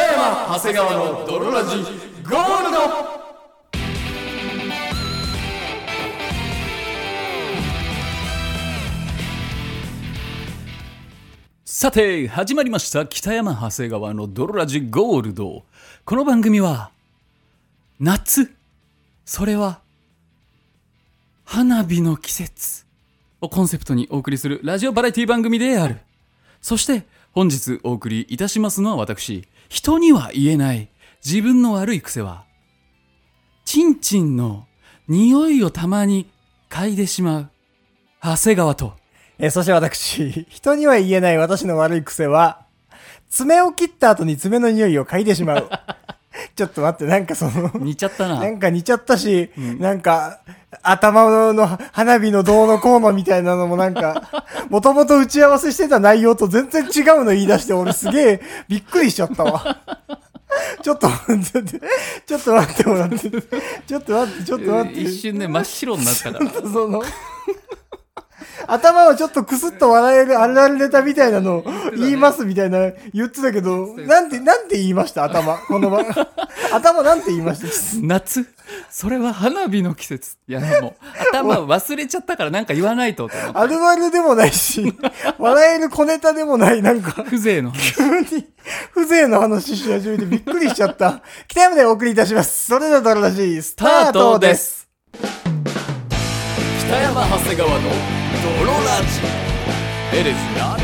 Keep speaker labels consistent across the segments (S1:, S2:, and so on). S1: 長谷川の泥ラジゴールド
S2: さて始まりました北山長谷川の泥ラジゴールドこの番組は夏それは花火の季節をコンセプトにお送りするラジオバラエティ番組であるそして本日お送りいたしますのは私人には言えない自分の悪い癖はチンチンの匂いをたまに嗅いでしまう長谷川と
S3: えーそして私、 人には言えない私の悪い癖は、爪を切った後に爪の匂いを嗅いでしまう。 ちょっと待って、なんかその、
S2: 似ちゃったな
S3: なんか似ちゃったし、なんか、頭の花火のどうのこうのみたいなのもなん か、もともと打ち合わせしてた内容と全然違うの言い出して、俺すげえびっくりしちゃった わ。ちょっと待って、ちょっと待ってもらって、ちょっと待って、ちょっと待って。
S2: 一瞬ね真っ白になったから
S3: その、頭をちょっとクスッと笑えるあるあるネタみたいなのを言いますみたいな言ってたけど、なんて、なんて言いました頭。この場。頭なんて言いました
S2: 夏それは花火の季節いやもう頭忘れちゃったからなんか言わないとと思って
S3: あるあるでもないし、笑える小ネタでもない、なんか、
S2: 風情の話
S3: 急に、風情の話し始めてびっくりしちゃった。北山でお送りいたします。それではドロらしい、ス
S2: スタ
S3: ター
S2: ート
S3: ト
S2: で
S3: です。
S2: す北山長谷川の泥ラジエレスな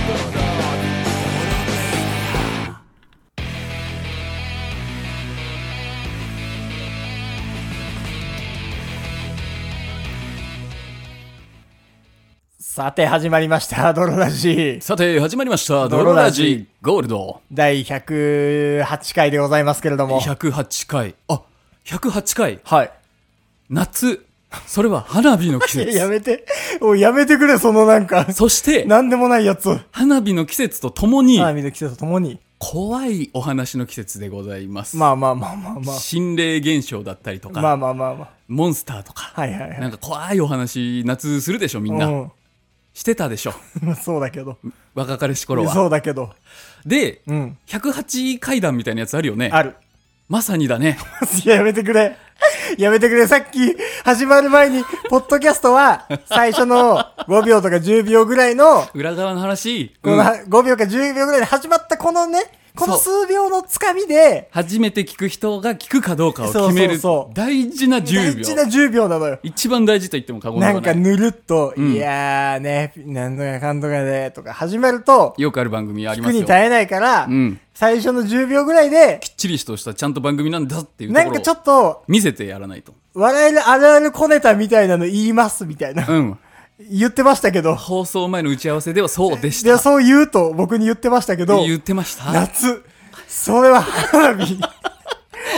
S3: さて始まりました、ドロらしい。
S2: さて始まりました
S3: 泥
S2: 泥
S3: ラ
S2: ラ
S3: ジ
S2: ジゴールド
S3: 第108回でございますけれども。
S2: 108回あ108回
S3: はい。
S2: 夏それは花火の季
S3: いや
S2: 節
S3: やめて。おいやめてくれ、そのなんか、
S2: そして
S3: なんでもないやつを。
S2: 花火の季節とともに
S3: 花火の季節とともに。
S2: 怖いお話の季節でございます
S3: まあまあまあまあまあ。
S2: 心霊現象だったりとか、
S3: まあまあまあま
S2: モンスターとか、
S3: あ。はいはいはい。
S2: なんか怖いお話夏するでしょみんな、してたでしょ
S3: うん、 そうだけど。
S2: 若かりし頃は
S3: そうだけど。
S2: で
S3: うん。
S2: 108階段みたいなやつあるよね
S3: ある。
S2: まさにだね
S3: いややめてくれ。やめてくれ。さっき、始まる前に、ポッドキャス トは、最初の5秒とか10秒ぐらいの、
S2: 裏側の話、
S3: こ
S2: う
S3: の
S2: ん
S3: 5秒か10秒ぐらいで始まったこのね、この
S2: そ
S3: 数秒のつかみで、
S2: 初めて聞く人が聞くかどうかを決める
S3: そうそうそう
S2: 大事な10
S3: 大
S2: 秒
S3: 事な10秒なのよ。
S2: 一番大事と言っても過言で
S3: なん
S2: はな
S3: か
S2: い
S3: ぬるっと、いやーね、なんとかかんとかで、とか始めると、
S2: よくある番組ありま
S3: 服
S2: す
S3: に
S2: よ
S3: 耐えないから、
S2: ん
S3: 最初の10秒ぐらいで、
S2: きっちりとしたちゃんと番組なんだっていうと
S3: な
S2: こ
S3: ん
S2: ろ
S3: かちょ
S2: を
S3: っと、
S2: 見せてやらないと
S3: 笑えるあるある小ネタみたいなの言いますみたい な、
S2: うん
S3: 言ってましたけど、
S2: 放送前の打ち合わせではそうでし
S3: で
S2: た
S3: そう言うと僕に言ってましたけど、
S2: 言ってました
S3: 夏、それは 花火。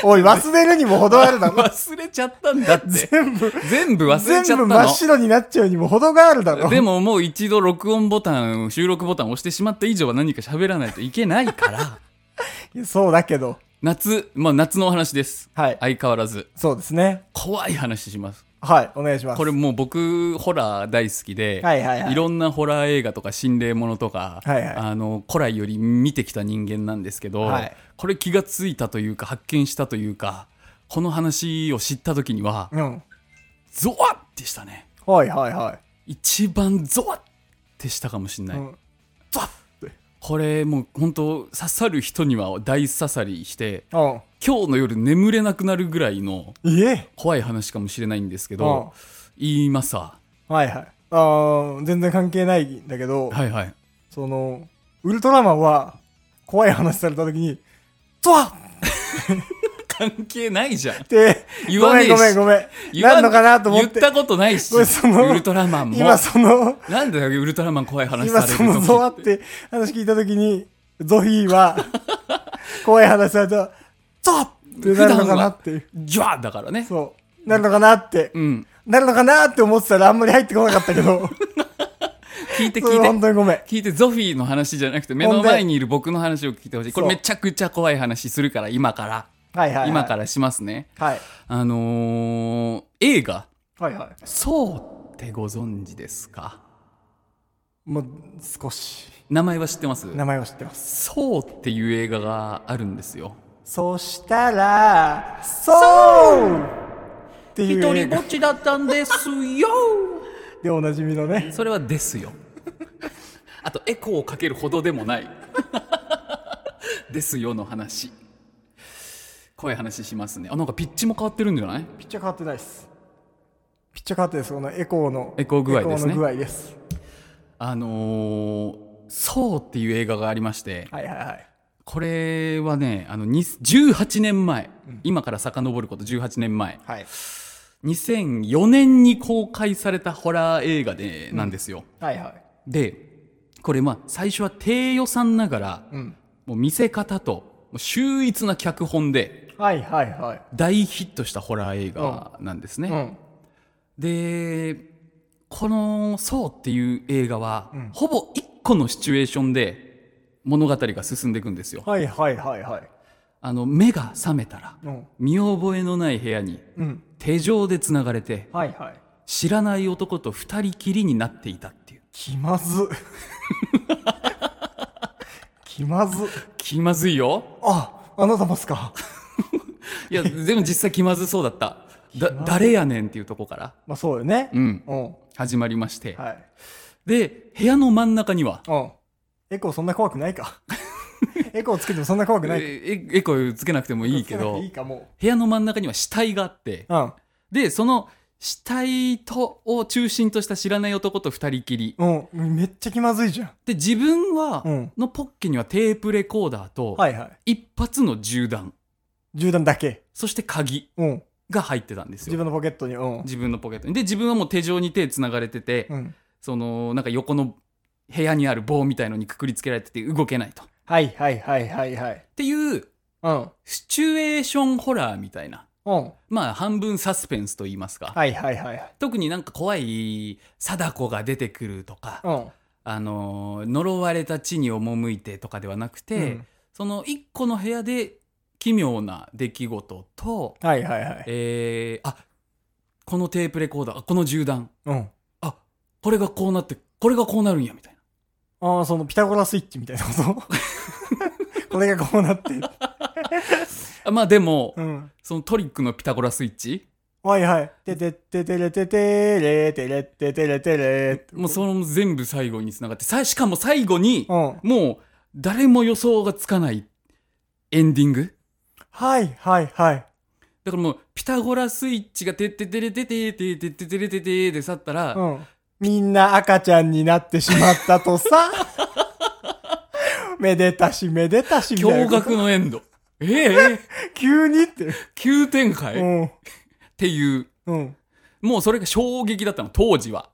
S3: おい、忘れるにも程あるだろ。
S2: 忘れちゃったんだって
S3: 全部、
S2: 全部忘れちゃっ
S3: 全
S2: たの
S3: 部真っ白になっちゃうにも程があるだろ。
S2: でももう一度録音ボタン、収録ボタンを押してしまった以上は何か喋らないといけない から、
S3: そうだけど、
S2: 夏、まあ夏のお話です。
S3: はい
S2: 相変わらず、
S3: そうですね。
S2: 怖い話します。
S3: はい、お願いします。
S2: これもう僕、ホラー大好きで、
S3: はいはいはい
S2: ろんなホラー映画とか心霊ものとか、
S3: はいはい
S2: あの、古来より見てきた人間なんですけど、
S3: はい
S2: これ気がついたというか、発見したというか、この話を知った時には、
S3: うん。
S2: ゾワッてしたね。
S3: はいはいは。
S2: 一番ゾワッてしたかもしれないい。
S3: うん
S2: ゾワッこれもう本当刺さる人には大刺さりして
S3: うん。
S2: 今日の夜眠れなくなるぐらいの
S3: いえ。
S2: 怖い話かもしれないんですけど言いますわ
S3: はいはい。あー全然関係ないんだけど、
S2: はいはい
S3: その、ウルトラマンは、怖い話された時に、ゾワッ
S2: 関係ないじゃん
S3: って、
S2: 言わねえし
S3: ごめんごめんごめん。
S2: 言わ
S3: なんのかなと思っ
S2: 言
S3: て
S2: っ、たことないし
S3: これその
S2: ウルトラマンも
S3: 今その、
S2: なんだよウルトラマン怖い話
S3: 今
S2: される
S3: そのゾワって話聞いた時に、ゾフィー は、怖い話されたら、ゾワッってなるのかなっていう。
S2: ジュワーだからね
S3: そう。なるのかなって
S2: う、ん
S3: なるのかなって思ってたらあんまり入ってこなかったけど、
S2: 聞いて
S3: それ
S2: 聞い
S3: 本
S2: て
S3: 当にごめん。
S2: 聞いてゾフィーの話じゃなくて目の前にいる僕の話を聞いてほしいこれ
S3: そう
S2: めちゃくちゃ怖い話するから今から、
S3: はいはい、はい。。
S2: 今かららしますね
S3: はい。
S2: あのー映画
S3: はいはい。
S2: 「そう」ってご存知ですか
S3: もう、少し。
S2: 名前は知ってます
S3: 名前は知ってます。
S2: そうっていう映画があるんですよ。
S3: そしたら、そうっていう
S2: 一
S3: 映
S2: 人ぼ
S3: 画
S2: っちだったんですよ
S3: でおなじみのね。
S2: それはですよ あとエコーをかけるほどでもない ですよの話怖い話しますねあなんかピッチも変わってるんじゃない
S3: ピッチャー変わってないです。ピッチャー変わってないです。このエコーの。
S2: エコー具合ですね
S3: エコーの具合です。
S2: あのーそうっていう映画がありまして
S3: はいはいはい。
S2: これはねあのに18年前、今から遡ること18年前
S3: はい。
S2: 2004年に公開されたホラー映画でなんですよ、
S3: はいはい。
S2: でこれまあ最初は低予算ながら、もう見せ方ともう秀逸な脚本で
S3: はいはいはい。
S2: 大ヒットしたホラー映画なんですね、
S3: うん。
S2: でこの「そう」っていう映画は、ほぼ一個のシチュエーションで物語が進んでいくんですよ
S3: はいはいはいはい。
S2: あの目が覚めたら、
S3: うん
S2: 見覚えのない部屋に
S3: うん。
S2: 手錠でつながれて
S3: はいはい。
S2: 知らない男と二人きりになっていたっていう
S3: 気まず。 気まず。
S2: 気まずいよ
S3: あ、あなたますか。
S2: いや、でも実際気まずそうだった。だ、誰やねんっていうとこから、
S3: まあそうよね。
S2: うん、
S3: うん。
S2: 始まりまして。
S3: はい。
S2: で、部屋の真ん中には、
S3: うん。エコーそんな怖くな いか。エコーつけてもそんな怖く
S2: え
S3: ないか。
S2: えエコーつけなくてもいいけど
S3: い、いかも
S2: 部屋の真ん中には死体があって
S3: う。、うん。
S2: で、その死体と、を中心とした知らない男と二人きり。
S3: うん。めっちゃ気まずいじゃん。
S2: で、自分は
S3: うん、
S2: のポッケにはテープレコーダーと、
S3: はいはい。
S2: 一発の銃弾、
S3: 銃弾だけ。
S2: そして鍵
S3: うん。
S2: が入ってたんです
S3: 自
S2: よ。
S3: 分のポケットに。うん。
S2: 自分のポケットに。で、自分はもう手錠に手繋がれてて、
S3: うん。
S2: そのなんか横の部屋にある棒みたいのにくくりつけられてて動けないと。っ
S3: はいはいはいはいはい。
S2: ていう
S3: うん。
S2: シチュエーションホラーみたいな。
S3: うん。
S2: まあ半分サスペンスと言いますか。
S3: はいはいはい。
S2: 特になんか怖い貞子が出てくるとか、
S3: うん。
S2: あのー呪われた地に赴いてとかではなくて、
S3: うん
S2: その一個の部屋で奇妙な出来事と、
S3: はいはいはい。
S2: えー、あこのテープレコーダーあこの銃弾
S3: うん。
S2: あこれがこうなってこれがこうなるんやみたいな。
S3: ああ、そのピタゴラスイッチみたいなこと これがこうなって。
S2: あまあでも、
S3: うん。
S2: そのトリックのピタゴラスイッチ
S3: はいはい。ててててれててれてれててれてれ。
S2: もうその全部最後につながってさしかも最後に
S3: うん。
S2: もう誰も予想がつかないエンディング
S3: はいはいはい。
S2: だからもうピタゴラスイッチが「てっててれててててててれてて」で去ったら、
S3: うん。みんな赤ちゃんになってしまった とさ。めでたしめでたしみたい
S2: 驚
S3: なこ
S2: 愕
S3: と。
S2: のエンドええ
S3: 急にって。
S2: 急展開、
S3: う
S2: っ
S3: ん。
S2: ていう
S3: うん。
S2: もうそれが衝撃だったの当時は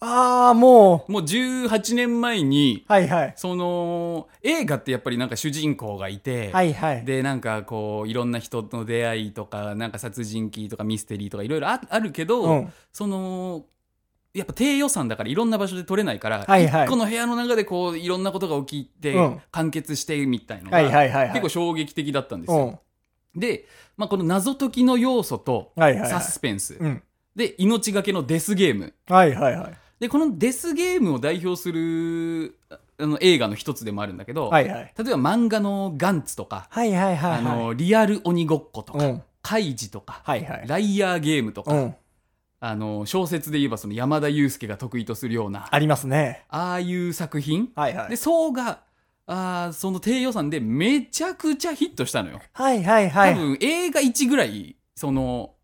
S3: ああ、も
S2: もう18年前に
S3: う。はいはい。
S2: その映画ってやっぱりなんか主人公がいて、
S3: はいはい。
S2: でなんかこういろんな人の出会いとかなんか殺人鬼とかミステリーとかいろいろああるけど、
S3: うん
S2: そのやっぱ低予算だからいろんな場所で撮れないから、
S3: はいはい
S2: 一個の部屋の中でこういろんなことが起きて、
S3: うん
S2: 完結してみたいのが、
S3: はいはいはいはい。
S2: 結構衝撃的だったんです
S3: う
S2: よ。
S3: ん。
S2: で、まあ、この謎解きの要素と
S3: はいはいはい
S2: サスペンス、
S3: うん。
S2: で命がけのデスゲーム
S3: はいはいはい。
S2: でこのデスゲームを代表するああの映画の一つでもあるんだけど、
S3: はいはい。
S2: 例えば漫画の「ガンツ」とか
S3: はいはいはい。
S2: あの、リアル鬼ごっことか、
S3: うん
S2: カイジとか、
S3: はいはい。
S2: ライアーゲームとか、
S3: うん。
S2: あの、小説で言えばその山田裕介が得意とするような、
S3: ありますね。
S2: ああいう作品、
S3: はいは
S2: で、
S3: い。
S2: そうが、あーその低予算でめちゃくちゃヒットしたのよ。
S3: はいはいは
S2: 多
S3: い。
S2: 分映画1ぐらい、その、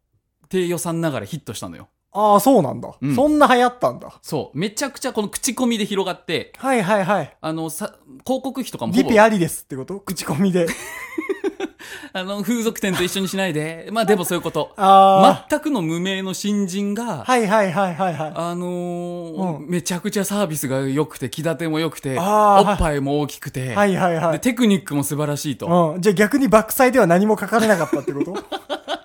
S2: 低予算ながらヒットしたのよ。
S3: ああ、そうなんだ
S2: うん。
S3: そんな流行ったんだ。
S2: そう。めちゃくちゃこの口コミで広がって、
S3: はいはいはい。
S2: あの、さ広告費とかもほ
S3: リ
S2: ぼ
S3: ピありですってこと口コミ で。
S2: あの、風俗店と一緒にしない で。まあでもそういうこと。
S3: あ
S2: 全くの無名の新人が、
S3: あ。はいはいはいはいはい。
S2: あのー
S3: うん
S2: めちゃくちゃサービスが良くて、気立ても良くて、お
S3: あー
S2: っぱいも大きくて、
S3: はいはいは
S2: で
S3: い。
S2: テクニックも素晴らしいと。
S3: うん。じゃあ逆に爆祭では何も書かれなかったってこと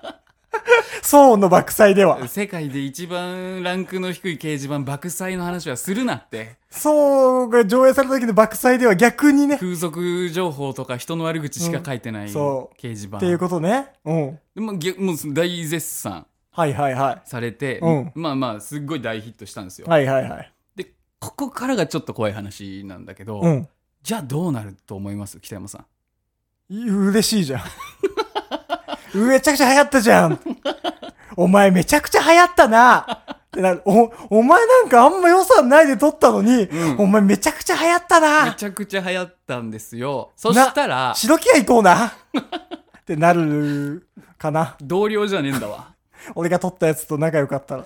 S3: そうの爆祭では。
S2: 世界で一番ランクの低い掲示板、爆災の話はするな って。
S3: そうが上映された時の爆祭では逆にね。っ
S2: 風俗情報とか人の悪口しか書いてない
S3: うん
S2: 掲
S3: そう
S2: 示板。
S3: ていうことね。うん。
S2: でもうげもう大絶賛
S3: はいはいは
S2: されて、
S3: うん
S2: まあまあ、すっごい大ヒットしたんですよ
S3: い。。はいはいはい。
S2: で、ここからがちょっと怖い話なんだけど、
S3: うん。
S2: じゃあどうなると思います北山さん。
S3: 嬉しいじゃん。 うわめちゃくちゃ流行ったじゃん。お前めちゃくちゃ流行ったな。ってなるお、お前なんかあんま予算ないで撮ったのに、お前めちゃくちゃ流行った
S2: め
S3: な。
S2: ちゃくちゃ流行ったんですよ。そしたら、
S3: 白木屋行こうな。 ってなる、かな。
S2: 同僚じゃねえんだわ。
S3: 俺が撮ったやつと仲良かったら。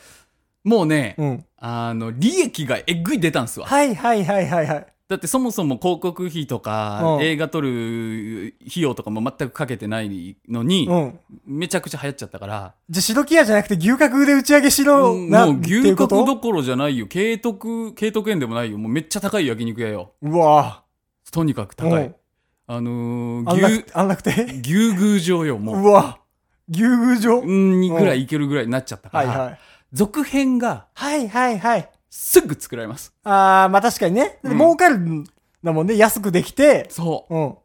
S2: もうね、
S3: うん。
S2: あの、利益がえっぐい出たんすわ。
S3: はいはいはいはいはい。
S2: だってそもそも広告費とか、
S3: うん
S2: 映画撮る費用とかも全くかけてないのに、
S3: うん。
S2: めちゃくちゃ流行っちゃったから、
S3: じゃあ、白木屋じゃなくて牛角で打ち上げし
S2: も
S3: ろ
S2: う
S3: な、ってい
S2: 牛
S3: うこ
S2: 角
S3: と
S2: どころじゃないよ。慶徳、慶徳園でもないよ。もうめっちゃ高い焼肉屋よ。
S3: うわ
S2: とにかく
S3: ぁ。
S2: 高
S3: う
S2: い
S3: ん。。
S2: あの
S3: 安
S2: ー、
S3: 楽、安楽亭
S2: 牛、牛宮城よ、もう。
S3: うわ牛宮城
S2: うん、にぐらいいけるぐらいになっちゃったか
S3: はい
S2: ら、
S3: はい。
S2: 続編が
S3: はいはいはい。
S2: すぐ作られます。
S3: あー、まあ確かにね。
S2: うん
S3: 儲かるんだもんね。安くできて。
S2: そ
S3: うん。う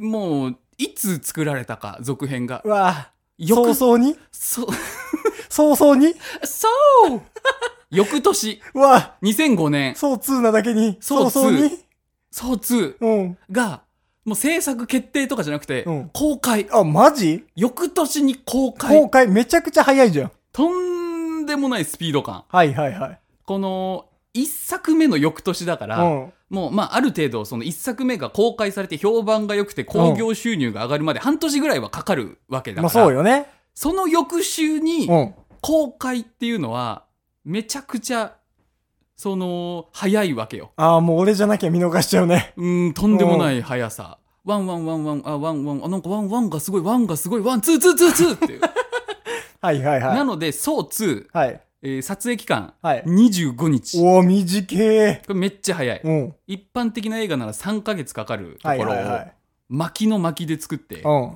S2: う。もう、いつ作られたか、続編が。
S3: わぁ。
S2: よく、
S3: 早々に
S2: そう、
S3: 早々に
S2: そう翌年、
S3: うわ
S2: 2005年
S3: ぁ。、そう通なだけに。
S2: そう
S3: 早
S2: 通
S3: 々に
S2: そう2
S3: うん。
S2: が、もう制作決定とかじゃなくて、
S3: うん
S2: 公開。
S3: あ、マジ
S2: 翌年に公開。
S3: 公開めちゃくちゃ早いじゃん。
S2: とんでもないスピード感。
S3: はいはいはい。
S2: この、一作目の翌年だから、
S3: うん。
S2: もう、まあ、ある程度、その一作目が公開されて評判が良くて、興行収入が上がるまで半年ぐらいはかかるわけだ
S3: まあ
S2: から、
S3: そうよね。
S2: その翌週に
S3: うん。
S2: 公開っていうのは、めちゃくちゃ、その、早いわけよ。
S3: あー、もう俺じゃなきゃ見逃しちゃうね。
S2: うーん、とんでもない速さ。ワンワンワンワン、あ、ワンワン、あ、なんかワンワンがすごい、ワンがすごい、ワン、ツーツーツーツーっ ていう。
S3: はいはい
S2: な
S3: はい。
S2: ので、そうツ
S3: はい。
S2: ー、えー撮影期間、
S3: はい。
S2: 25日。こ
S3: おー、短え。
S2: れめっちゃ早い。
S3: うん。
S2: 一般的な映画なら3ヶ月かかると
S3: はい
S2: ころ
S3: はいは
S2: を
S3: い、。
S2: 巻きの巻きで作って
S3: う、ん。は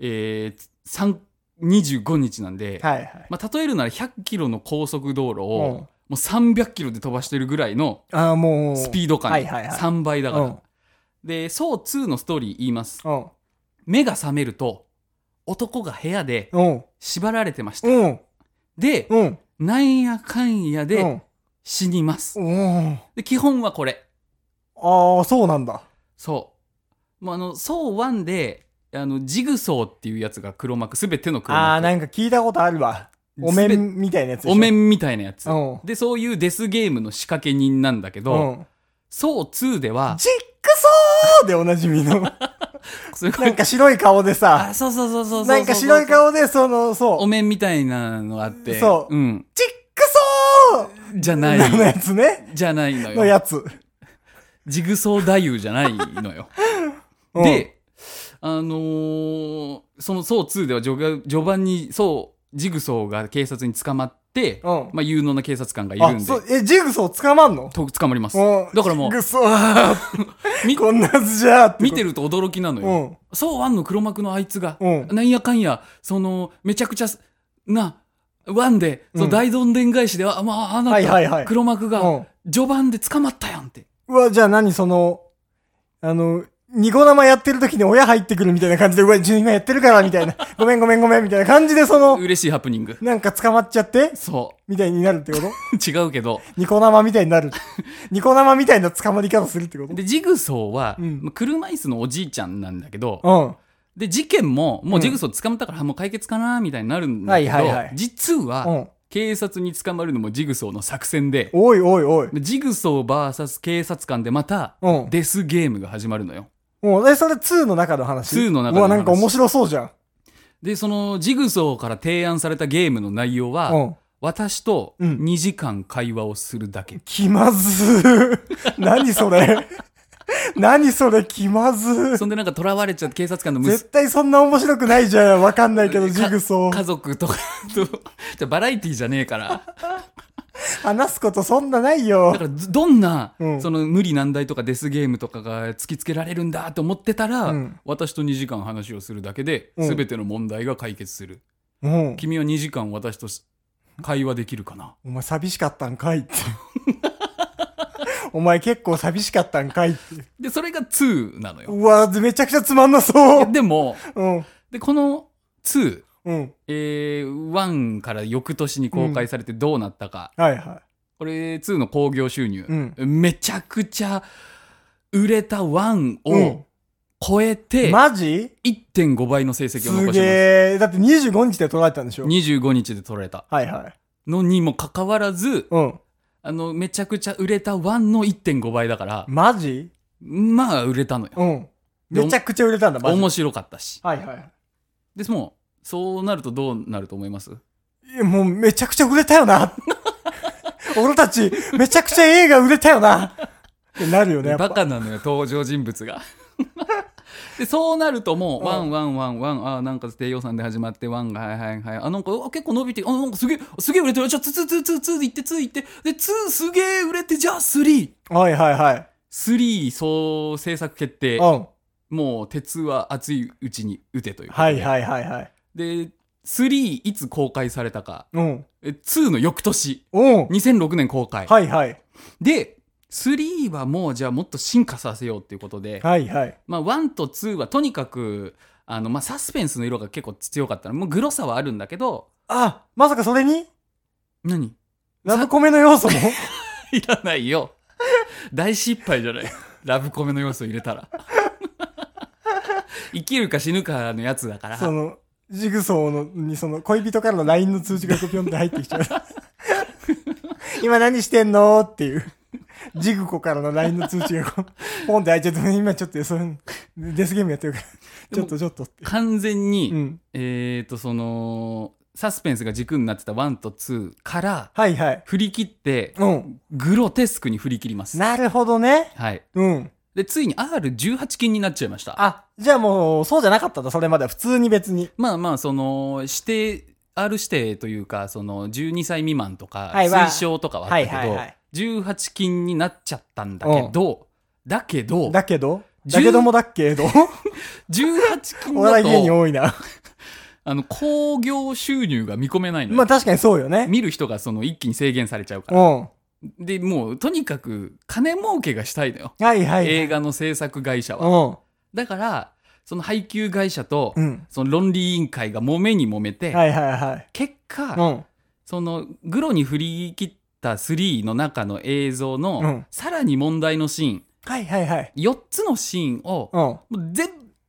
S2: えー、3 25日なんで、
S3: いはい。
S2: まあ、例えるなら100キロの高速道路を
S3: うん
S2: もう300キロで飛ばしてるぐらいの
S3: あー、もう。
S2: スピード感、
S3: はいはいはい
S2: 3倍だから、
S3: うん
S2: で「そう2」のストーリー言います
S3: うん。
S2: 目が覚めると男が部屋で
S3: うん。
S2: 縛られてました、
S3: うん。
S2: で、
S3: うん。
S2: なんやかんや
S3: う
S2: で
S3: ん
S2: 死にます、
S3: うん。
S2: で基本はこれ
S3: ああ、そうなんだ。
S2: そうもうあの「そう1」であのジグソーっていうやつが黒幕すべての黒幕
S3: ああ、なんか聞いたことあるわ。お
S2: 全て
S3: 面みたいなやつでしょ。
S2: お面みたいなやつ、
S3: うん。
S2: でそういうデスゲームの仕掛け人なんだけど、
S3: うん。
S2: そう2では
S3: ジックソーでおなじみ の。な
S2: すごい
S3: んか白い顔でさ
S2: あ、そうそうそうそうそうそう
S3: なんか白い顔で、その、
S2: お
S3: そう。
S2: 面みたいなのがあって
S3: そう
S2: うん、
S3: ジックソ
S2: じゃな
S3: ーの
S2: い
S3: やつね。
S2: じゃないのよ
S3: のやつ。
S2: ジグソー太夫じゃないのよ
S3: うん、
S2: であのーその「そう2」では序序盤にそうジグソーが警察に捕まって、
S3: うん
S2: まあ、有能な警察官がいる
S3: あ、
S2: んで
S3: そう、え、ジグソー捕まんの
S2: と捕まります
S3: うん。
S2: だからもう
S3: ジグソー
S2: み
S3: こんなやつじゃーって。
S2: 見てると驚きなのよ、
S3: うん。
S2: そうワンの黒幕のあいつが、
S3: うん
S2: なんやかんや、その、めちゃくちゃ、な、ワンで、その大どんでん返しで、あ、まあ、あな
S3: はいはい
S2: た
S3: はい
S2: 黒幕
S3: う
S2: が
S3: ん、
S2: 序盤で捕まったやんって。
S3: うわ、じゃあ何その、あの、ニコ生やってる時に親入ってくるみたいな感じで、うわ、自分今やってるから、みたいな。 ごめんごめんごめん、みたいな感じで、その、
S2: 嬉しいハプニン グ。
S3: なんか捕まっちゃって、
S2: そ
S3: みたいになるってこと
S2: う。違うけど。
S3: ニコ生みたい になる。ニコ生みたいな捕まり方するってこと
S2: で、ジグソーは、
S3: うん
S2: まあ車椅子のおじいちゃんなんだけど、
S3: う
S2: で、事件も、もうジグソー捕まったから、もう解決かな、みたいになるんだけど、
S3: はいはいはい
S2: 実
S3: ん。
S2: は、
S3: うん。
S2: 警察に捕まるのもジグソーの作戦で、
S3: おいおいおい。
S2: でジグソー VS 警察官でまた、
S3: うん。
S2: デスゲームが始まるのよ。
S3: もう、え、それ2の中の話
S2: 2の中の話
S3: うわ、なんか面白そうじゃん。
S2: で、その、ジグソーから提案されたゲームの内容は、
S3: うん。
S2: 私と
S3: うん
S2: 2時間会話をするだけ。
S3: 気まずー。 何それ。何それ気まずー。
S2: そんでなんか囚われちゃって警察官の息
S3: 絶対そんな面白くないじゃん。わかんないけど、
S2: か
S3: ジグソ
S2: 家
S3: ー。
S2: 族とかと、 じゃあバラエティじゃねえから。
S3: 話すことそんなないよ
S2: だか。らず、どんな、
S3: うん
S2: その無理難題とかデスゲームとかが突きつけられるんだと思ってたら、
S3: うん
S2: 私と2時間話をするだけで、
S3: うん
S2: すべての問題が解決する。
S3: うん。
S2: 君は2時間私とし会話できるかな
S3: お前寂しかったんかいって。 お前結構寂しかったんかいって。
S2: で、それが2なのよ。
S3: うわ、めちゃくちゃつまんなそう。
S2: でも、
S3: うん。
S2: で、この2、
S3: うん。
S2: えー、1から翌年に公開されてどうなったか、
S3: はいは
S2: これ2の興行収入
S3: い。、うん。
S2: めちゃくちゃ売れた1
S3: う
S2: を
S3: ん
S2: 超えて、
S3: マジ
S2: 1.5倍の成績を
S3: す
S2: 残しま
S3: げえ。だって25日で取られたんでしょ
S2: す。25日で取られた。
S3: はいはい。
S2: のにもかかわらず、
S3: うん。
S2: あの、めちゃくちゃ売れた1の1.5倍だから、
S3: マジ
S2: まあ売れたのよ。
S3: うん。
S2: で
S3: めちゃくちゃ売れたんだ、マジで
S2: 面白かったし。
S3: はいはい。
S2: でも、そうなるとどうなると思います
S3: いや、もうめちゃくちゃ売れたよな。 俺たち、めちゃくちゃ映画売れたよな。ってなるよね、やっぱ。
S2: バカなのよ、登場人物が。 でそうなるともう、ワンワンワンワン、あーなんか低予算で始まって、ワンが、はいはいはい、あ、なんか、あ結構伸びて、あ、なんかすげえ、すげえ売れてる、じゃあ、ツーツーツーツーツー行って、ツー行って、で、ツーすげえ売れて、じゃあ、スリー。
S3: はいはいはい。
S2: スリー総制作決定、
S3: うん。
S2: もう、鉄は熱いうちに打てということで。
S3: はいはいはいはい。
S2: で、スリーいつ公開されたか、
S3: うん。
S2: えツーの翌年、
S3: うん。
S2: 2006年公開。
S3: はいはい。
S2: で、3はもうじゃあもっと進化させようっていうことで、
S3: はいはい。
S2: まあ、1と2はとにかくあの、まあ、サスペンスの色が結構強かったのもうグロさはあるんだけど
S3: あ、まさかそれに
S2: 何
S3: ラブコメの要素も
S2: いらないよ大失敗じゃないラブコメの要素入れた ら生きるか死ぬかのやつだ から
S3: その、ジグソーのにその恋人からの LINE の通知がこうピョンって入ってきちゃう。今何してんのっていう。ジグコからの LINE の通知がこうポンって開いちゃって、今ちょっとそういうデスゲームやってるから、ちょっとちょっとって。
S2: 完全に、
S3: うん。
S2: えっ、とそのサスペンスが軸になってた1と2から
S3: はいはい。
S2: 振り切って
S3: うん。
S2: グロテスクに振り切ります
S3: なるほどね。
S2: はい
S3: うん。
S2: でついに R18 禁になっちゃいました
S3: あ、じゃあもう、そうじゃなかったんだ、それまでは。普通に別に。
S2: まあまあその指定 R 指定というかその12歳未満とか
S3: はいは
S2: 推
S3: い
S2: 奨とかはあった
S3: は
S2: け
S3: い
S2: ど
S3: はいはい
S2: 18禁になっちゃったんだけどだけど
S3: だけど
S2: 十
S3: だけどもだけど
S2: 18
S3: お
S2: 禁だ
S3: 笑い芸人
S2: と
S3: 多いな。
S2: あの興行収入が見込めないの
S3: まあ
S2: よ
S3: 確かにそうよね。
S2: 見る人がその一気に制限されちゃうか
S3: う
S2: ら
S3: ん。は
S2: でもうとにかく金儲けがしたいのよ
S3: いはいはい。
S2: 映画の制作会社はだからその配給会社と
S3: うん。うん。
S2: その論理委員会が揉めに揉めて
S3: はいはいはい。
S2: 結果
S3: うん。
S2: そのグロに振り切った3の中の映像の、
S3: うん
S2: さらに問題のシーン
S3: はいはいはい。
S2: 4つのシーンを、
S3: う
S2: もう全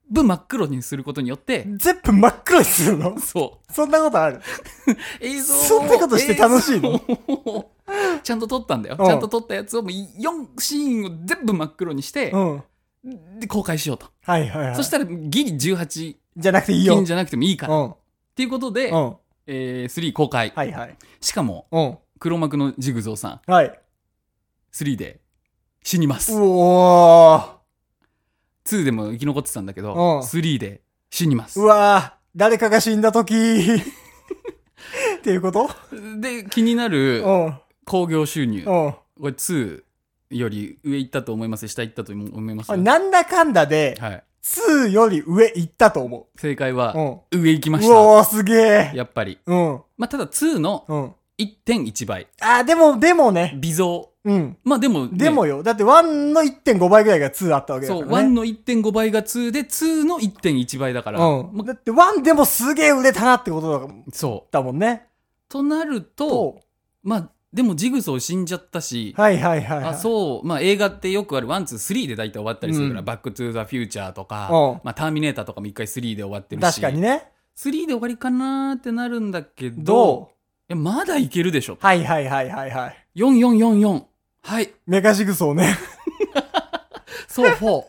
S2: 部真っ黒にすることによって、
S3: ん。全部真っ黒にす るの
S2: そう
S3: そんなことある
S2: 映像を
S3: そんなことして楽しいの
S2: 映像をちゃんと撮ったんだよ、
S3: うん
S2: ちゃんと撮ったやつをもう4シーンを全部真っ黒にして
S3: う、ん。
S2: で公開しようと、
S3: はいはいはい。
S2: そしたらギリ18
S3: じゃなくていいよ。
S2: 金じゃなくてもいいから、
S3: う
S2: っ
S3: ん。
S2: ていうことで、
S3: うん。
S2: えー3公開、
S3: はいはい。
S2: しかも
S3: うん。
S2: 黒幕のジグゾーさん
S3: はい。
S2: 3で死にます
S3: うおー。
S2: 2でも生き残ってたんだけど、
S3: うん
S2: 3で死にます
S3: う。わー。誰かが死んだ時 っていうこと
S2: で、気になる
S3: うん。
S2: 興行収入。こ
S3: うん。
S2: れ2より上行ったと思います下行ったと思います
S3: あなんだかんだで、
S2: はい。
S3: 2より上行ったと思
S2: 正解
S3: う。う
S2: は、
S3: ん。
S2: 上行きまし
S3: う
S2: た。
S3: おー、すげえ。
S2: やっぱり。
S3: うん。
S2: まあ、ただ2の
S3: うん。
S2: 1.1倍。
S3: あ、でも、でもね。
S2: 微増。
S3: うん。
S2: まあでもね、
S3: でもよ。だって1の1.5倍ぐらいが2あったわけだか
S2: そ
S3: ら、
S2: う、
S3: ね。
S2: 1の1.5倍が2で、2の1.1倍だから。
S3: うん。
S2: ま
S3: だって1でもすげえ売れたなってことだ
S2: そう。
S3: だもんね。
S2: となると、
S3: と
S2: まあ、でもジグソー死んじゃったし、
S3: はいはいはい、はい。
S2: あそう、まあ、映画ってよくあるワンツースリーで大体終わったりするから「
S3: うん
S2: バック・トゥ・ザ・フューチャー」とか
S3: うん
S2: まあ、ターミネーター」とかも一回スリーで終わってるし
S3: 確かにね。
S2: スリーで終わりかなーってなるんだけど
S3: ど
S2: えまだいけるでしょ
S3: うはいはいはいはいはい。
S2: 4444はい
S3: メカジグソーね。
S2: そう4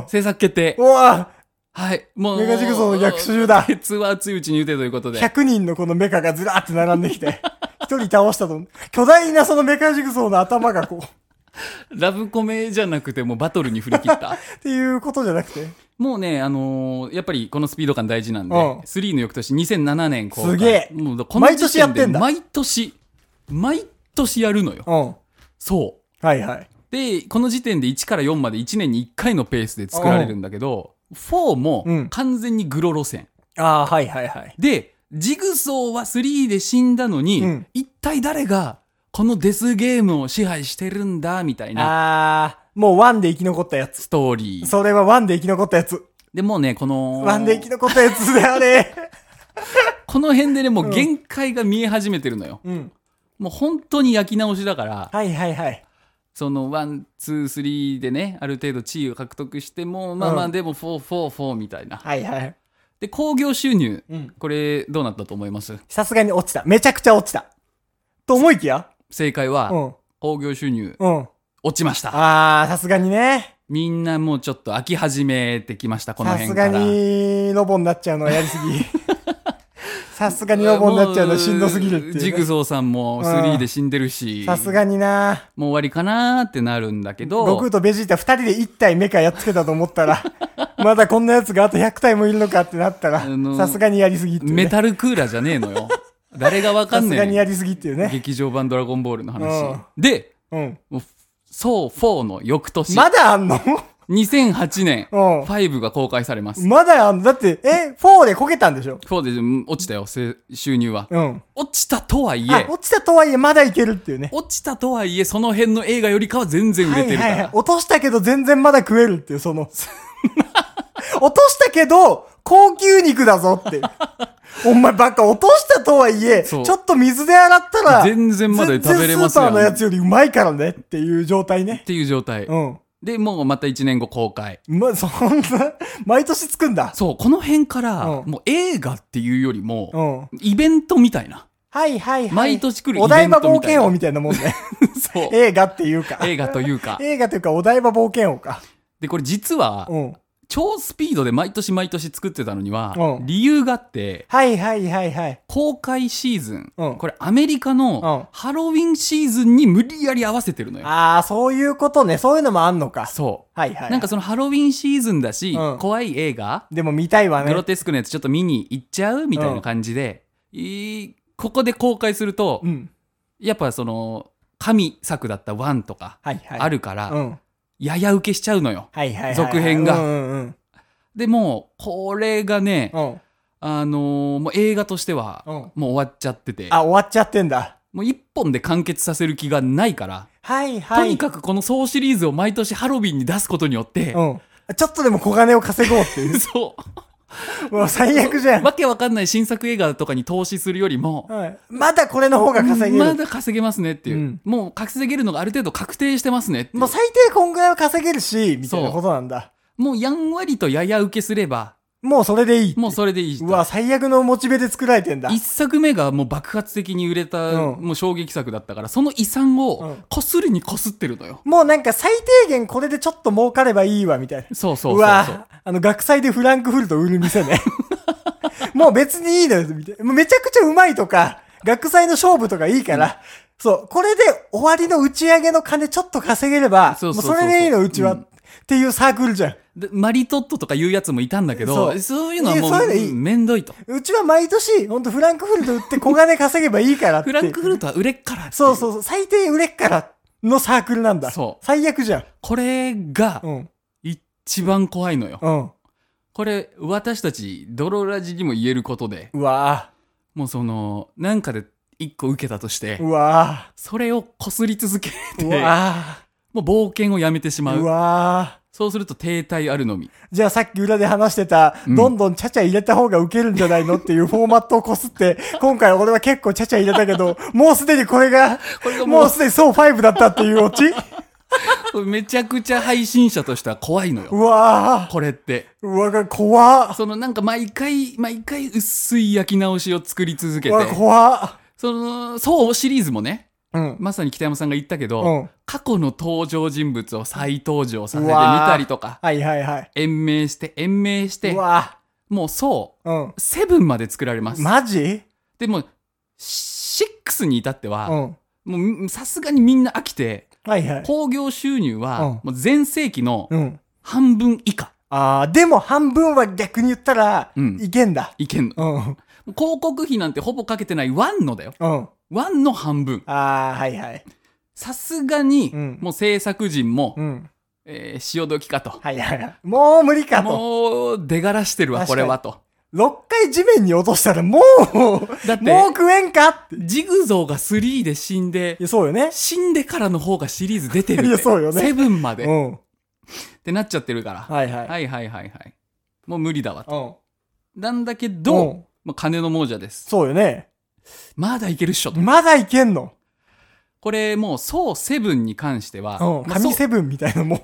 S3: うん。
S2: 制作決定
S3: うわ
S2: はいもう
S3: メカジグソーの 逆襲だ
S2: 鉄は熱いうちに打てということで
S3: 100人のこのメカがずらーって並んできて、一人倒したと。巨大なそのメカジグソーの頭がこう、 っ
S2: ラブコメじゃなくてもうバトルに振り切った
S3: ていうことじゃなくて。
S2: もうねあのーやっぱりこのスピード感大事なんで
S3: うん
S2: 3の翌年2007年公開
S3: すげえ
S2: もうこの時点で
S3: 毎年やってんだ
S2: 毎年毎年やるのよ
S3: うん。
S2: そう
S3: はいはい。
S2: で、この時点で1から4まで1年に1回のペースで作られるんだけど、4も
S3: うん
S2: 完全にグロ路線。
S3: ああ、はいはいはい。
S2: で、ジグソーは3で死んだのに、
S3: うん
S2: 一体誰がこのデスゲームを支配してるんだ、みたいな
S3: あー、もう1で生き残ったやつ。
S2: ストーリー。
S3: それは1で生き残ったやつ。
S2: でもうね、この、
S3: 1で生き残ったやつであれ。
S2: この辺でね、もう限界が見え始めてるのよ。
S3: うん。
S2: もう本当に焼き直しだから、
S3: はいはいはい。
S2: そのワンツースリーでねある程度地位を獲得してもまあまあ
S3: うん
S2: でもフォーフォーフォーみたいな
S3: はいはい。
S2: で興行収入、
S3: うん
S2: これどうなったと思います
S3: さすがに落ちた。めちゃくちゃ落ちた。と思いきや
S2: 正解
S3: う
S2: は
S3: ん。
S2: 興行収入
S3: うん。
S2: 落ちました
S3: あー、さすがにね。
S2: みんなもうちょっと飽き始めてきましたこの
S3: さす
S2: 辺
S3: が
S2: から
S3: に、ロボになっちゃうのはやりす ぎ。さすがにロボになっちゃうのはしんどすぎるって
S2: ジ
S3: いう
S2: グ
S3: ね。
S2: ソーさんも3で死んでるし
S3: さすがにな
S2: もう終わりかなーってなるんだけ
S3: 悟
S2: ど
S3: 空とベジータ二人で一体メカやっつけたと思った ら、まだこんな奴があと100体もいるのかってなった
S2: あ
S3: ら
S2: の、ー
S3: さすがにやりすぎっていうね、
S2: メタルクーラーじゃねえのよ誰がわか
S3: さ
S2: ん
S3: すがにや
S2: ね
S3: りすぎっていう
S2: え
S3: ね。
S2: 劇場版「ドラゴンボール」の
S3: う
S2: 話
S3: ん
S2: で
S3: うん。
S2: もうそう4の翌年、
S3: まだあんの
S2: 2008年
S3: うん
S2: 5が公開されます
S3: まだあんのだって、え、4でこけたんでしょ
S2: 4でうん落ちたよせ収入は
S3: うん。
S2: 落ちたとはい
S3: あ
S2: え、
S3: 落ちたとはいえまだいけるっていうね。
S2: 落ちたとはいえその辺の映画よりかは全然売れてるから、
S3: はいはいはい、落としたけど全然まだ食えるっていう、その。 落としたけど、高級肉だぞ って。お前ばっか落としたとはいえ、ち
S2: そ
S3: ょ
S2: う
S3: っと水で洗った ら、
S2: 全然まだ食べれます
S3: 全然スーパ
S2: や
S3: ー
S2: ん
S3: のやつよりうまいからねっていう状態ね
S2: っ。ていう状態、
S3: うん。
S2: でもうまた1年後公開
S3: ま、そんな、毎年つくんだ。
S2: そうこの辺から、
S3: うん
S2: もう映画っていうよりも、
S3: うん。
S2: イベントみたいな
S3: はいはいはい。
S2: 毎年来るイベント
S3: お台場冒険王みたいなもんね。
S2: そう
S3: 映画っていうか。
S2: 映画というか
S3: 映画というか、お台場冒険王か。
S2: でこれ実は
S3: うん。
S2: 超スピードで毎年毎年作ってたのには、
S3: うん
S2: 理由があって
S3: はいはいはいはい。
S2: 公開シーズン、
S3: うん
S2: これアメリカの
S3: う
S2: ハロウィンシーズンに無理やり合わせてるのよ、
S3: ああ、そういうことね。そういうのもあんのか。
S2: そ
S3: はいは
S2: う
S3: い。
S2: なんかそのハロウィンシーズンだし、
S3: うん
S2: 怖い映画
S3: でも見たいわね
S2: グ。ロテスクなやつちょっと見に行っちゃうみたいな感じで、いいここで公開すると、
S3: うん。
S2: やっぱその神作だった「ワンとか
S3: はいはい。
S2: あるから、
S3: うん。はい
S2: やや受けしちゃうのよ
S3: はいはい。
S2: 続編が
S3: うんうん
S2: でもこれがね、
S3: うん。うん。
S2: あのーもう映画としては、
S3: うん
S2: もう終わっちゃってて
S3: あ、終わっちゃってんだ。
S2: もう一本で完結させる気がないから、
S3: はいは
S2: と
S3: い。
S2: にかくこの総シリーズを毎年ハロウィンに出すことによって、
S3: うん。ちょっとでも小金を稼ごうってい う。
S2: そ
S3: もう最悪じゃ。
S2: うんわけわかんない新作映画とかに投資するよりも、
S3: はい、まだこれの方が稼げる。
S2: まだ稼げますねっていう、
S3: うん
S2: もう稼げるのがある程度確定してますねっていう
S3: もう最低こんぐらいは稼げるし、みたいなことなんだ。
S2: もうやんわりとやや受けすれば
S3: もうそれでいい。
S2: もうそれでいいと
S3: うわ、最悪のモチベで作られてんだ。
S2: 一作目がもう爆発的に売れた、
S3: うん
S2: もう衝撃作だったからその遺産
S3: う
S2: を
S3: ん
S2: こするにこすってるのよ、
S3: もうなんか最低限これでちょっと儲かればいいわ、みたいな。
S2: そうそううそうそう
S3: わ、あの、学祭でフランクフルト売る店 ね。もう別にいいのよ、みたいな。もうめちゃくちゃうまいとか、学祭の勝負とかいいから、そう、これで終わりの打ち上げの金ちょっと稼げれば、
S2: そう
S3: も
S2: そううそうそ
S3: そうれでいいの、うちは、
S2: うん
S3: っていうサークルじゃん。
S2: でマリトットとかいうやつもいたんだけど
S3: そ
S2: そう
S3: う
S2: いうのはも
S3: いやそういう
S2: う
S3: のいい
S2: うんめんどいと
S3: うちは毎年、ほんとフランクフルト売って小金稼げばいいからって。
S2: フランクフルトは売れっからってい
S3: そうそうそう、最低売れっからのサークルなんだ。
S2: そう
S3: 最悪じゃん。
S2: これが
S3: うん。
S2: 一番怖いのよ、
S3: うん。
S2: これ私たちドロラジにも言えることで
S3: うわ
S2: もうそのなんかで一個受けたとして
S3: ぁ。うわ
S2: それをこすり続け
S3: ぁ。
S2: て
S3: う
S2: も
S3: わ
S2: う冒険をやめてしま
S3: ぁ。う
S2: う
S3: わ
S2: そうすると停滞あるのみ
S3: ぁ。じゃあさっき裏で話してた、
S2: うん
S3: どんどんちゃちゃ入れた方がウケるんじゃないのっていうフォ ーマットをこすって、今回俺は結構ちゃちゃ入れたけど、もうすでにこれが、
S2: これがもう
S3: もうすでにそう5だったっていうオチ
S2: めちゃくちゃ配信者としては怖いのよ
S3: うわぁ。
S2: これって
S3: うわぁ、怖っ
S2: そのなんか毎回毎回薄い焼き直しを作り続け
S3: う
S2: て
S3: わぁ、怖っ
S2: そのそうシリーズもね
S3: うん。
S2: まさに北山さんが言ったけど、
S3: うん
S2: 過去の登場人物を再登場させて
S3: う
S2: み
S3: わー
S2: たりとか
S3: はいはいはい。
S2: 延命して延命して
S3: うわ
S2: もうそ
S3: ぁ。うん。
S2: うセブンまで作られます、
S3: マジ
S2: でもシックスに至って
S3: う
S2: は、
S3: ん。
S2: もうさすがにみんな飽きて
S3: はいはい。
S2: 興行収入
S3: う
S2: は
S3: ん
S2: もう全盛期の
S3: うん。
S2: 半分以下
S3: ああ、でも半分は逆に言ったら、
S2: うん
S3: いけんだ。
S2: いけんの
S3: うん。うん。
S2: 広告費なんてほぼかけてないワンのだよ
S3: あ
S2: ワンの半分
S3: あ、はいはい。
S2: さすがに、
S3: うん
S2: もう制作陣も、
S3: うん。
S2: えー潮時かと。
S3: はいはいはい。もう無理かと。
S2: もう、出がらしてるわ、
S3: 確
S2: こ
S3: か
S2: れ
S3: に
S2: はと。
S3: 6回地面に落としたらもう、
S2: だって
S3: もう食えんかって。い
S2: ジグゾーが3で死んで、
S3: や、そうよね。
S2: 死んでからの方がシリーズ出てるって。
S3: いやそうよね
S2: セブンまで、
S3: う
S2: っ
S3: ん。
S2: てなっちゃってるから。
S3: はいはい。
S2: はいはいはいはい。もう無理だわと。
S3: うん。
S2: なんだけ
S3: う
S2: ど
S3: ん、
S2: まあ、金の亡者です。
S3: そうよね。
S2: まだいけるっしょと。
S3: まだいけんの。
S2: これもう、ソーセブンに関しては、
S3: うん。
S2: まあソ
S3: 神セブンみたいなもん。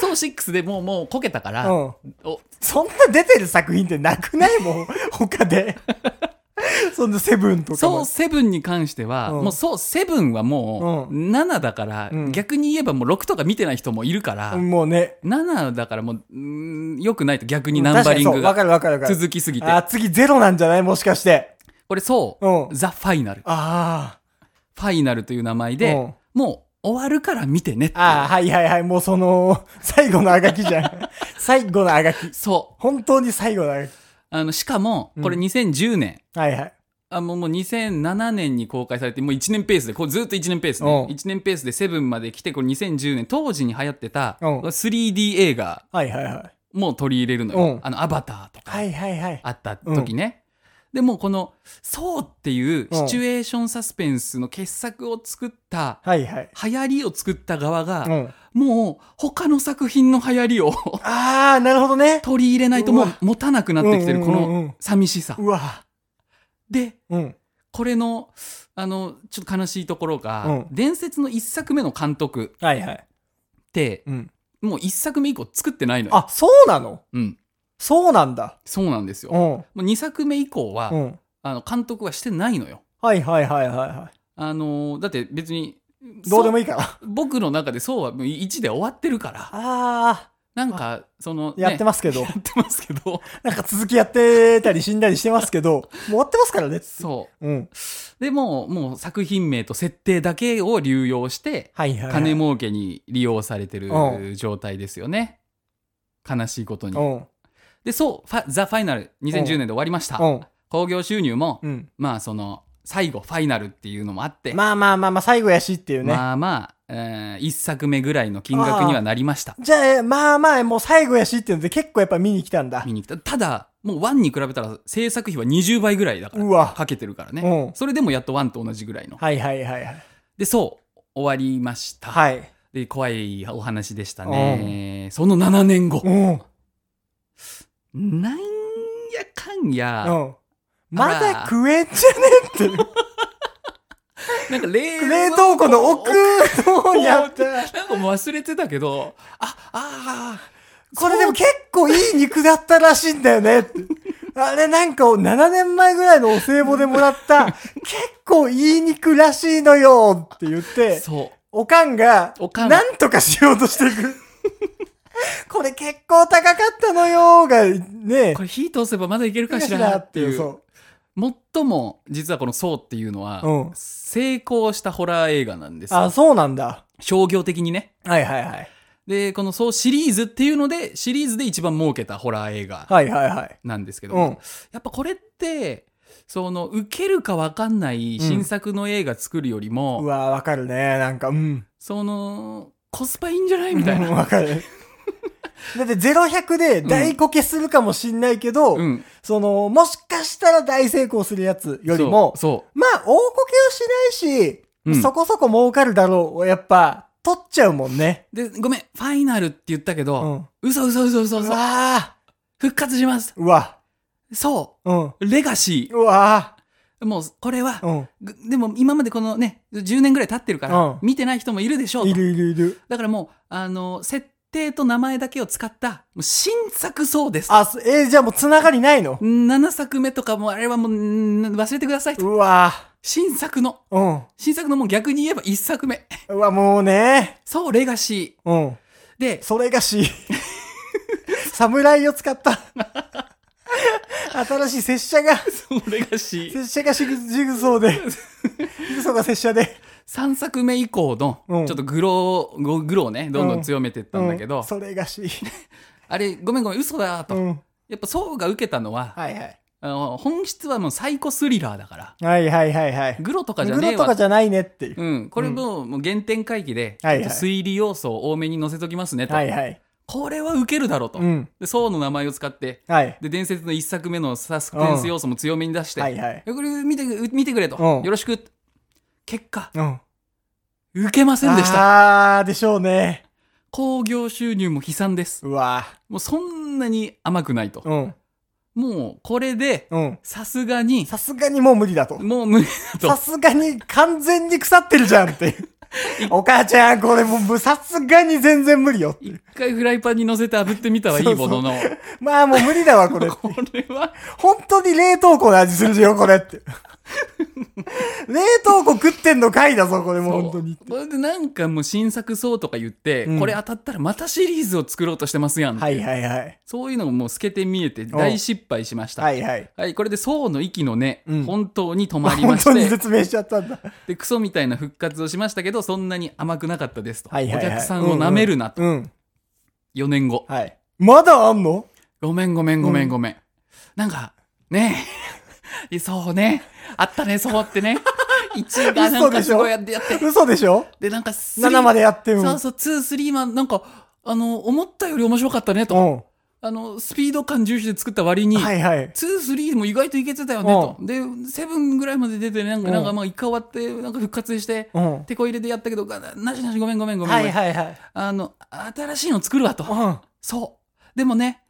S2: ソーシックスでもう、もうこけたから、
S3: うん
S2: お
S3: そんな出てる作品ってなくないもん。 他で。そんなセブンとか
S2: ソー
S3: も。
S2: セブンに関しては、
S3: うん
S2: もうソーセブンはもう
S3: う
S2: 7だから、
S3: うん
S2: 逆に言えばもう6とか見てない人もいるから、
S3: もうね。
S2: 7だからもう、うん良くないと逆にナンバリング
S3: 確か
S2: が
S3: にそうわかるわかるわかる。
S2: 続きすぎて。
S3: あ、次ゼロなんじゃないもしかして。
S2: これそう、
S3: うん
S2: ザ・ファイナル。
S3: あ
S2: ファイナルという名前
S3: う
S2: で
S3: ん、
S2: もう終わるから見てねって
S3: あ。ああ、はいはいはい。もうその、最後のあがきじゃん。最後のあがき。
S2: そう。
S3: 本当に最後のあがき。
S2: あの、しかも、これ
S3: うん
S2: 2010年。
S3: はいはい。
S2: あもうもう2007年に公開されて、もう1年ペースで、こうずっと1年ペースね。
S3: うん
S2: 1年ペースで7まで来て、これ2010年、当時に流行ってた
S3: うん
S2: 3D 映画
S3: はいはいはい。
S2: も取り入れるのよ。
S3: うん
S2: あの、アバターとか。
S3: はいはいはい。
S2: あった時ね。でもうこの「そう」っていうシチュエーションサスペンスの傑作を作った、
S3: はいはい。
S2: 流行りを作った側
S3: う
S2: が、
S3: ん。
S2: もう他の作品の流行りを
S3: ああ、なるほどね。
S2: 取り入れないともう
S3: うわ
S2: 持たなくなってきてる
S3: うん
S2: こ
S3: うんうんうん
S2: の寂しさ。
S3: うわ。
S2: で
S3: うん。
S2: これのあのちょっと悲しいところが、
S3: うん
S2: 伝説の1作目の監督
S3: はいはい。
S2: って
S3: うん。
S2: もう1作目以降作ってないのよ。
S3: あ、そうなの
S2: うん、
S3: そうなんだ。
S2: そうなんですよ。
S3: う
S2: も
S3: ん。
S2: う2作目以降は、
S3: うん。
S2: あの監督はしてないのよ。
S3: はいはいはいはいは
S2: あのーだって別に
S3: い。どうでもいいかな。あ
S2: 僕の中でそうはもう1で終わってるから
S3: あ
S2: なんかその、
S3: ー、やって
S2: ま
S3: ますけど
S2: や。ってますけど
S3: なんか続きやってたり死んだりしてますけど、も う終わってますからね。
S2: そ
S3: うん。
S2: うでもうもう作品名と設定だけを流用して
S3: はいはいはい。
S2: 金儲けに利用されて
S3: う
S2: る状態ですよね悲しいことに
S3: うん。
S2: でそうファ「ザ・ファイナル2010年で終わりました
S3: うん。
S2: 興行収入も、
S3: うん。
S2: まあその最後ファイナルっていうのもあって、
S3: まあまあまあまあ、最後やしっていうね。
S2: まあまあ、え1作目ぐらいの金額にはなりました
S3: じゃあ、えーまあまあ、もう最後やしっていうので結構やっぱ見に来たんだ
S2: 見。に来た。ただ、もう1に比べたら制作費は20倍ぐらいだから、
S3: うわ。
S2: かけてるから
S3: う
S2: ね
S3: ん。
S2: それでもやっと1と同じぐらいの。
S3: はいはいはいはい。
S2: で、そう、終わりました。
S3: はい。
S2: で、怖いお話でしたね。その7年後
S3: う。ん。うん。
S2: なんやかんや、
S3: ま
S2: あら
S3: だ食えんじゃねえって。
S2: なんか冷
S3: 冷凍庫の奥の方にあった。
S2: なんかもう忘れてたけど、あ、ああ、
S3: これでも結構いい肉だったらしいんだよねって。あれなんか7年前ぐらいのお歳暮でもら った、結構いい肉らしいのよって言って、
S2: そ
S3: おかんが、
S2: おかん
S3: なんとかしようとしてい く。これ結構高かったのよが、ね
S2: う。これ火通せばまだいけるかし
S3: いいからし
S2: っていう。
S3: そ
S2: 最も、実はこのそうっていうのは、
S3: うん
S2: 成功したホラー映画なんですよ
S3: あ、そうなんだ。
S2: 商業的にね。
S3: はいはいはい。
S2: で、このそうシリーズっていうので、シリーズで一番儲けたホラー映画
S3: はいはいはい。
S2: なんですけど、
S3: うん。
S2: やっぱこれって、その、受けるかわかんない新作の映画作るよりも、
S3: うわ、わかるね。なんか、うん。
S2: その、コスパいいんじゃ ないみたい
S3: うん
S2: な。
S3: わ かる。だって0100で大こけするかもしんないけど、
S2: うん。
S3: その、もしかしたら大成功するやつよりも、
S2: そ
S3: まあ、大こけをしないし、
S2: うん
S3: そこそこ儲かるだろう。やっぱ、取っちゃうもんね。
S2: う。で、ごめん、ファイナルって言ったけ
S3: う
S2: ど、
S3: ん。
S2: 嘘嘘嘘嘘
S3: う
S2: 嘘。
S3: わ
S2: 復活します。
S3: ーうわ。
S2: そ
S3: うん。
S2: う。レガシ
S3: うわ
S2: ー。もう、これは
S3: ー、う
S2: ぐでも今までこのね、10年ぐらい経ってるから、
S3: うん。
S2: 見てない人もいるでしょうんと
S3: い。るいるいる。
S2: だからもう、あの、設定と名前だけを使った、もう新作そうです。
S3: あ、すえーじゃあもうつながりないの
S2: 7作目とかも、あれはもう、ん忘れてくださいと。
S3: うわ
S2: 新作の、
S3: ー
S2: 新作のもう逆に言えば1作目。
S3: うん。うわ、もうね。
S2: そう、レガシ
S3: うん。
S2: ー。 で、
S3: それがし、侍を使った。新しい拙 者が、
S2: そう、レガシー。
S3: 拙者がジグソーで、ジグソーが拙者で。
S2: 3作目以降の、
S3: うん
S2: ちょっとグロー、ごグローね、どんどん強めてったんだけど、
S3: うそれ がし、
S2: あれ、ごめんごめん、嘘だと。
S3: うん。
S2: やっぱ、そうが受けたのは、
S3: はいはい。
S2: あの、本質はもうサイコスリラーだから、
S3: はいはいはいはい。
S2: グロとかじゃ
S3: グ
S2: ね
S3: ロ
S2: え
S3: と
S2: わ
S3: かじゃないねっていう。
S2: うん、これも,、もう原点回帰で、
S3: はいはい
S2: ちょっと推理要素を多めに載せときますねと、
S3: はいはい。
S2: これはウケるだろうと、
S3: うん。
S2: で宋の名前を使って
S3: はい。
S2: で伝説の一作目のサスペンス要素も強めに出して、
S3: はいはい。
S2: これ見て見てくれと、
S3: うん
S2: よろしく結果
S3: うん。
S2: ウケませんでした
S3: あー、でしょうね。
S2: 興行収入も悲惨です
S3: うわ
S2: もうそんなに甘くないと、
S3: うん。
S2: もうこれで、
S3: うん。
S2: さすがに、
S3: さすがにもう無理だと。
S2: もう無理だ
S3: さ
S2: と。
S3: すがに完全に腐ってるじゃんっ ていう。お母ちゃん、これもうさすがに全然無理よっていう。
S2: 一回フライパンに乗せて炙ってみたはいいものの、
S3: まあもう無理だわ、こ れ。
S2: これは、
S3: 本当に冷凍庫の味するよ、これ って。冷凍庫食ってんのかいだぞ、これもう本当に。
S2: これでなんかもう新作そうとか言って、
S3: うん
S2: これ当たったらまたシリーズを作ろうとしてますやんって。
S3: はいはいはい。
S2: そういうのがもう透けて見えて大失敗しました。
S3: はいはい。
S2: はい、これで層の息のね、
S3: うん
S2: 本当に止まり
S3: 本
S2: まし
S3: 当に
S2: て、
S3: 説明しちゃったんだ。
S2: で、クソみたいな復活をしましたけど、そんなに甘くなかったですと。
S3: はいはいはい
S2: お客さんを舐めるなと。
S3: うん。
S2: 4年後。
S3: はい。まだあんの
S2: ごめんごめんごめ
S3: うんん
S2: ごめん。なんか、ね え、そうね、あったね、そうって ね。1がなんかすごいやってやって、
S3: 嘘でしょ
S2: で、なんか3
S3: ?7 までやっても。
S2: そうそう、2、3まで、なんか、あの、思ったより面白かったねと。
S3: う
S2: あの、スピード感重視で作った割に、
S3: ん。はいはい。
S2: 2,3も意外といけてたよねと。で、7ぐらいまで出て、なんか、
S3: うん
S2: なんかまあ、一回終わって、なんか復活して、
S3: うん。
S2: 手こ入れでやったけど、がなしなしごめんごめんごめんご
S3: は
S2: めん。
S3: いはいはい。
S2: あの、新しいの作るわと。そう。でもね、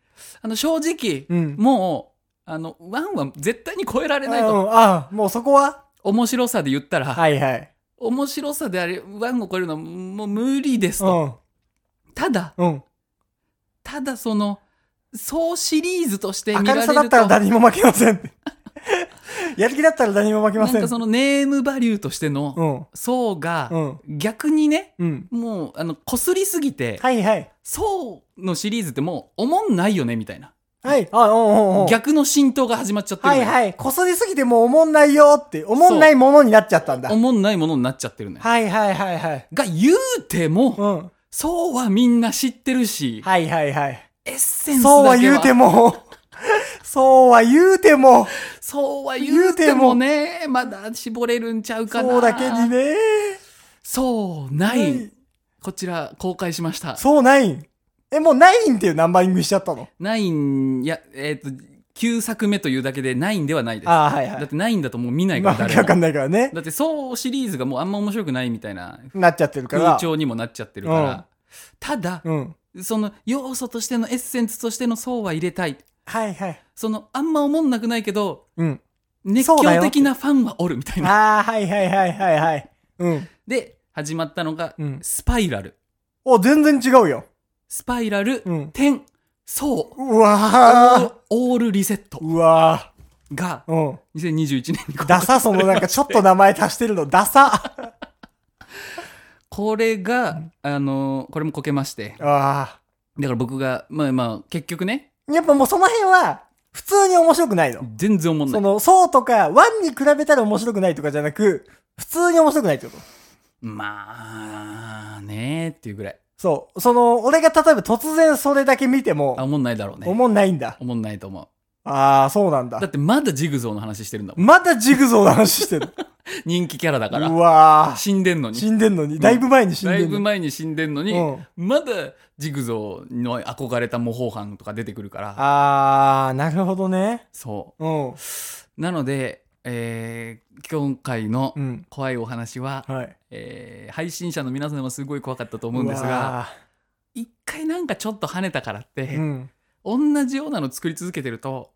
S2: あの、正直、
S3: うん
S2: もう、あの、1は絶対に超えられないと。
S3: うん、ああ、もうそこは
S2: 面白さで言ったら、
S3: はいはい。
S2: 面白さであれ、1を超えるのはもう無理です
S3: う
S2: と。
S3: ん。
S2: ただ、
S3: うん。
S2: ただその、総シリーズとして
S3: 明
S2: 見られ
S3: る
S2: ると
S3: さだったら誰にも負けません。 やる気だったら誰にも負けま
S2: なん
S3: せん。
S2: かそのネームバリューとしての
S3: うん。
S2: 層が、
S3: うん。
S2: 逆にね
S3: うん。
S2: もうあのこすりすぎて、
S3: はいはい。
S2: 層のシリーズってもうおもんないよねみたいな
S3: はい。あ、うんうんうん。
S2: 逆の浸透が始まっちゃってる
S3: は
S2: のよ
S3: いはい。こそりすぎてもうおもんないよって、おもんないものになっちゃったんだ。
S2: お
S3: は
S2: もんないものになっちゃってるのよ、
S3: いはいはいはい。
S2: が言うて
S3: う
S2: も
S3: ん。
S2: 層はみんな知ってるし、
S3: はいはいはい。
S2: エッセンスだけは
S3: そうは言う ても、そうは言うても、
S2: そうは言うてもねまだ絞れるんちゃうかな
S3: そうだけにね。
S2: そうない、
S3: ない
S2: こちら公開しました
S3: そうないん。え、もうないんっていうナンバリングしちゃったの
S2: 9いやえっ、と9作目というだけで9ではないです
S3: ああ、はいは
S2: だっ
S3: い。
S2: て9だともう見ないか
S3: ま
S2: ら
S3: あ、わ
S2: 誰
S3: け
S2: も
S3: わかんないからね。
S2: だってそうシリーズがもうあんま面白くないみたいな
S3: なっちゃってるから。
S2: 風潮にもなっちゃってるから、
S3: うん
S2: ただ、
S3: うん。
S2: その要素としてのエッセンスとしての層は入れたい
S3: はいはい。
S2: そのあんま思んなくないけど
S3: うん。
S2: 熱
S3: そうだ
S2: 狂
S3: よ
S2: 的なファンはおるみたいな
S3: ああ、はいはいはいはいはい。うん。
S2: で始まったのが、
S3: うん
S2: スパイラル
S3: お、全然違うよ。
S2: スパイラル、
S3: うん
S2: 点層
S3: うわ
S2: オールリセット
S3: ー。うわ
S2: が
S3: ー。うん。
S2: 2021年に公
S3: ダ
S2: 開
S3: サ、そのなんかちょっと名前足してるの、ダサ。あ
S2: これが、あのこれもこけまして
S3: あ
S2: だから僕がまあまあ結局ね
S3: ー。やっぱもうその辺は、普通に面白くないの。
S2: 全然思んな
S3: そ
S2: い
S3: の、そうとか、ワンに比べたら面白くないとかじゃなく、普通に面白くないってこと。
S2: まあねーっていうぐらい。
S3: そう。その、俺が例えば突然それだけ見て
S2: あ、お
S3: も、
S2: もんないだろうね。
S3: 思んないんだ。
S2: おもんないと思
S3: ああ、そうなん
S2: う。だ
S3: だ。
S2: ってまだジグゾーの話してるんだもん。
S3: まだジグゾーの話してる。
S2: 人気キャラだから
S3: う。わー。
S2: 死んでんのに。
S3: 死んでんのに。だいぶ前に死ん
S2: だい
S3: でん
S2: ぶ
S3: のに。
S2: 前に死んでんのに、
S3: うん
S2: まだジグゾーの憧れた模倣犯とか出てくるから。
S3: あー、なるほどね。
S2: そ
S3: うん。
S2: う。なので、えー今回の
S3: うん。
S2: 怖いお話は、
S3: はい。
S2: えー配信者の皆さんもすごい怖かったと思うんですが、一回なんかちょっと跳ねたからっ
S3: う
S2: て、
S3: ん。
S2: 同じようなの作り続けてると、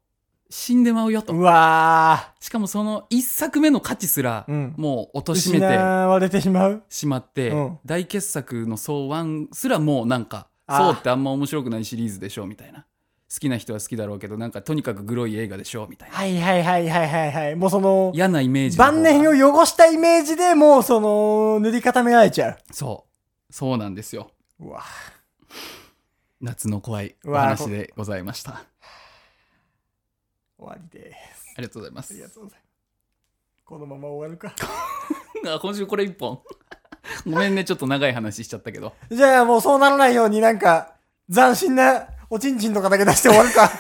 S2: 死んでまうよと
S3: う。わ
S2: しかもその一作目の価値すら
S3: ー。うん。
S2: もう貶め
S3: 失
S2: て
S3: われてしまう。
S2: しまって、
S3: うん
S2: 大傑作の「総1」すらもうなんか「
S3: あー
S2: そう」ってあんま面白くないシリーズでしょみたいな好きな人は好きだろうけどなんかとにかくグロい映画でしょみたいな
S3: はいはいはいはいはいはい。もうその、
S2: 嫌なイメージの方が
S3: 晩年を汚したイメージでもうその、塗り固められちゃ
S2: そうそうなんですよ
S3: う。うわ
S2: 夏の怖いうお
S3: わー
S2: 話でございましたあ
S3: 終わりです。
S2: りがとうございま
S3: あ
S2: す
S3: りがとうございます。このまま終わるか。
S2: あ今週これ一本ごめんねちょっと長い話しちゃったけど
S3: じゃあもうそうならないようになんか、斬新なおちんちんとかだけ出して終わる か。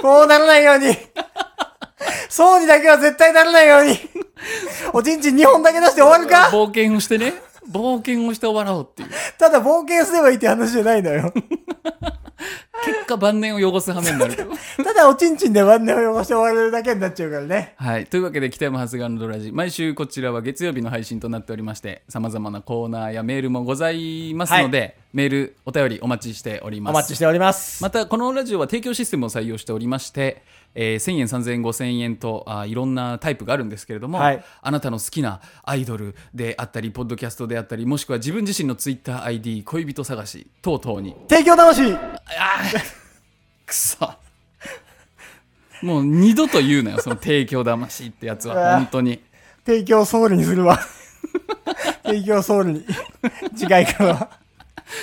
S3: こうならないように。そうにだけは絶対ならないよう に。おちんちん2本だけ出して終わるか
S2: 冒険をしてね冒険をして終わろうっていう
S3: ただ冒険すればいいって話じゃないのよ。
S2: 結果晩年を汚す羽目 になると。
S3: ただおちんちんで晩年を汚して終われるだけになっちゃうからね。
S2: はい。というわけで、北山長谷川のドラジ。毎週こちらは月曜日の配信となっておりまして、様々なコーナーやメールもございますので、メール、お便りお待ちしております。
S3: お待ちしております。
S2: またこのラジオは提供システムを採用しておりまして、えー1000円3000円5000円とあーいろんなタイプがあるんですけれども、
S3: はい
S2: あなたの好きなアイドルであったりポッドキャストであったりもしくは自分自身の TwitterID 恋人探し等々に
S3: 提供魂
S2: くそもう二度と言うなよその提供魂ってやつ
S3: うわ
S2: は本当に
S3: 提供ソウルにするわ。 提供ソウルに。 次回からは。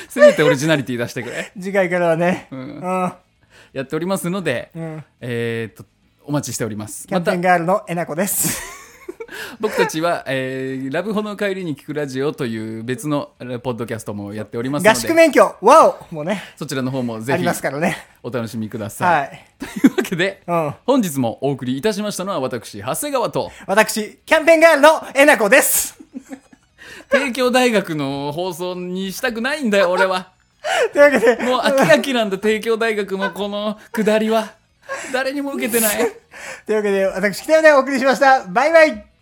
S2: せめてオリジナリティ出してくれ
S3: 次回からはね。うんん。
S2: やっておりますので、
S3: ん
S2: えーっとお待ちしております
S3: キャンペーンガールのえなこです。
S2: 僕たちは、えーラブホの帰りに聞くラジオという別のえーポッドキャストもやっておりますの
S3: 合宿
S2: で、
S3: 免許、ワオもうね、
S2: そちらの方もぜ
S3: あ
S2: ひ
S3: りますからね。
S2: お楽しみください。
S3: はい。
S2: というわけで、
S3: うん
S2: 本日もお送りいたしましたのは私、長谷川と、
S3: 私、キャンペーンガールのえなこです。
S2: 帝京大学の放送にしたくないん だよ、俺は。
S3: というわけで、
S2: もう飽き飽きなんだ、帝京大学のこの下りは。誰にも受けてない。
S3: というわけで、私、北山でお送りしました。バイバイ